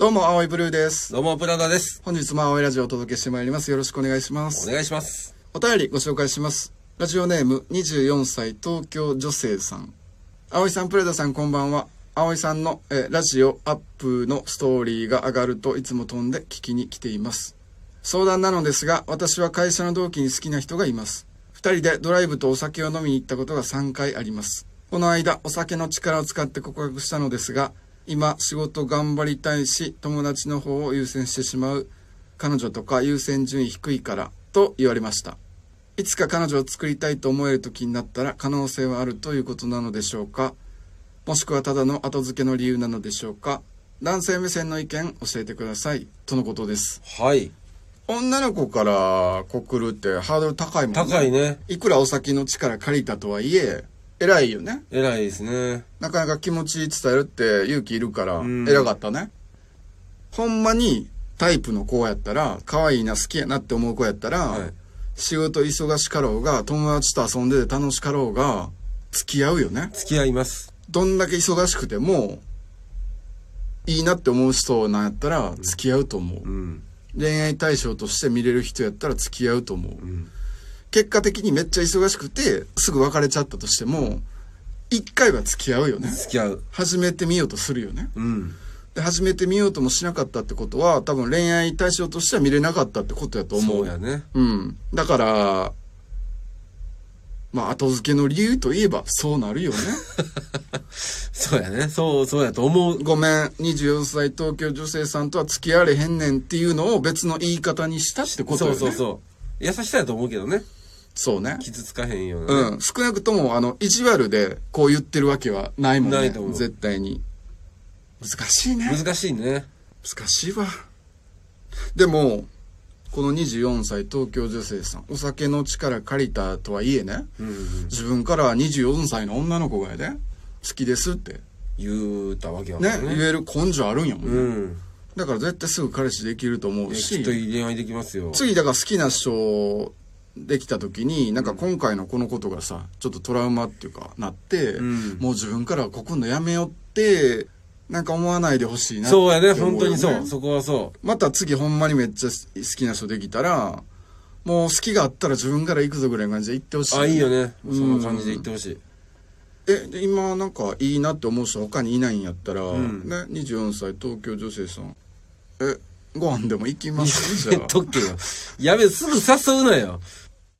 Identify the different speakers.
Speaker 1: どうも、青いブルーです。
Speaker 2: どうも、プラダです。
Speaker 1: 本日も青いラジオをお届けしてまいります。よろしくお願いしま
Speaker 2: お
Speaker 1: す。
Speaker 2: 願いします。
Speaker 1: お便りご紹介します。ラジオネーム24歳東京女性さん。青いさん、プレダさん、こんばんは。青いさんのえーラジオアップのストーリーが上がるといつも飛んで聞きに来ています。相談なのですが、私は会社の同期に好きな人がいます。二人でドライブとお酒を飲みに行ったことが3回あります。この間、お酒の力を使って告白したのですが、今、仕事頑張りたいし、友達の方を優先してしまう、彼女とか優先順位低いから、と言われました。いつか彼女を作りたいと思える時になったら可能性はあるということなのでしょうかもしくはただの後付けの理由なのでしょうか男性目線の意見教えてくださいとのことです
Speaker 2: はい。
Speaker 1: 女の子から告るってハードル高いもんね
Speaker 2: 高いね。
Speaker 1: いくらお酒の力借りたとはいえ偉いよね
Speaker 2: 偉いですね。
Speaker 1: なかなか気持ち伝えるって勇気いるから
Speaker 2: うん
Speaker 1: 偉かったねほんまにタイプの子やったら可愛いな好きやなって思う子やったら、
Speaker 2: はい。
Speaker 1: 仕事忙しかろうが友達と遊んでて楽しかろうが付き合うよね
Speaker 2: 付き合います。
Speaker 1: どんだけ忙しくてもいいなって思う人なんやったら付き合うと思う、
Speaker 2: うん。
Speaker 1: 恋愛対象として見れる人やったら付き合うと思う、
Speaker 2: うん。
Speaker 1: 結果的にめっちゃ忙しくてすぐ別れちゃったとしても一回は付き合うよね
Speaker 2: 付き合う。
Speaker 1: 始めてみようとするよね
Speaker 2: うん。
Speaker 1: で始めてみようともしなかったってことは多分恋愛対象としては見れなかったってことやと思
Speaker 2: そううやね。
Speaker 1: うん。だから、まあ、後付けの理由といえばそうなるよね。
Speaker 2: そうやね。そう、そうやと思う。
Speaker 1: ごめん、24歳東京女性さんとは付き合われへんねんっていうのを別の言い方にしたってこと
Speaker 2: そ
Speaker 1: よ
Speaker 2: う
Speaker 1: ね。
Speaker 2: そうそう。優しさやと思うけどね。
Speaker 1: そうね。
Speaker 2: 傷つかへんような
Speaker 1: う
Speaker 2: ね。
Speaker 1: ん。少なくとも、あの、意地悪でこう言ってるわけはないもんね。
Speaker 2: ないと思う
Speaker 1: 絶対に。難しいね。
Speaker 2: 難しいね。
Speaker 1: 難しいわでもこの24歳東京女性さんお酒の力借りたとはいえね、
Speaker 2: うんうん。
Speaker 1: 自分から24歳の女の子がやで好きですってね
Speaker 2: 言うたわけやからね。
Speaker 1: 言える根性あるんやもん、
Speaker 2: うん。
Speaker 1: だから絶対すぐ彼氏できると思
Speaker 2: え
Speaker 1: う
Speaker 2: きっと
Speaker 1: し
Speaker 2: いい恋愛できますよ。
Speaker 1: 次だから好きな人できた時になんか今回のこのことがさちょっとトラウマっていうかなって、
Speaker 2: うん
Speaker 1: もう自分からこくんのやめよってなんか思わないでほしいなって
Speaker 2: そうやね。
Speaker 1: 思よ
Speaker 2: 本当にそう。そこはそ
Speaker 1: また次ほんまにめっちゃ好きな人できたら、もう好きがあったら自分から行くぞぐらいの感じで行ってほしい。
Speaker 2: う。あ、いいよね。そ
Speaker 1: うん
Speaker 2: の感じで言ってほしい。
Speaker 1: え、で今なんかいいなって思う人他にいないんやったら、
Speaker 2: ん
Speaker 1: ね、24歳東京女性さん。え、ご飯でも行きますじゃ
Speaker 2: 言っとっけよ。やべ、すぐ誘うなよ。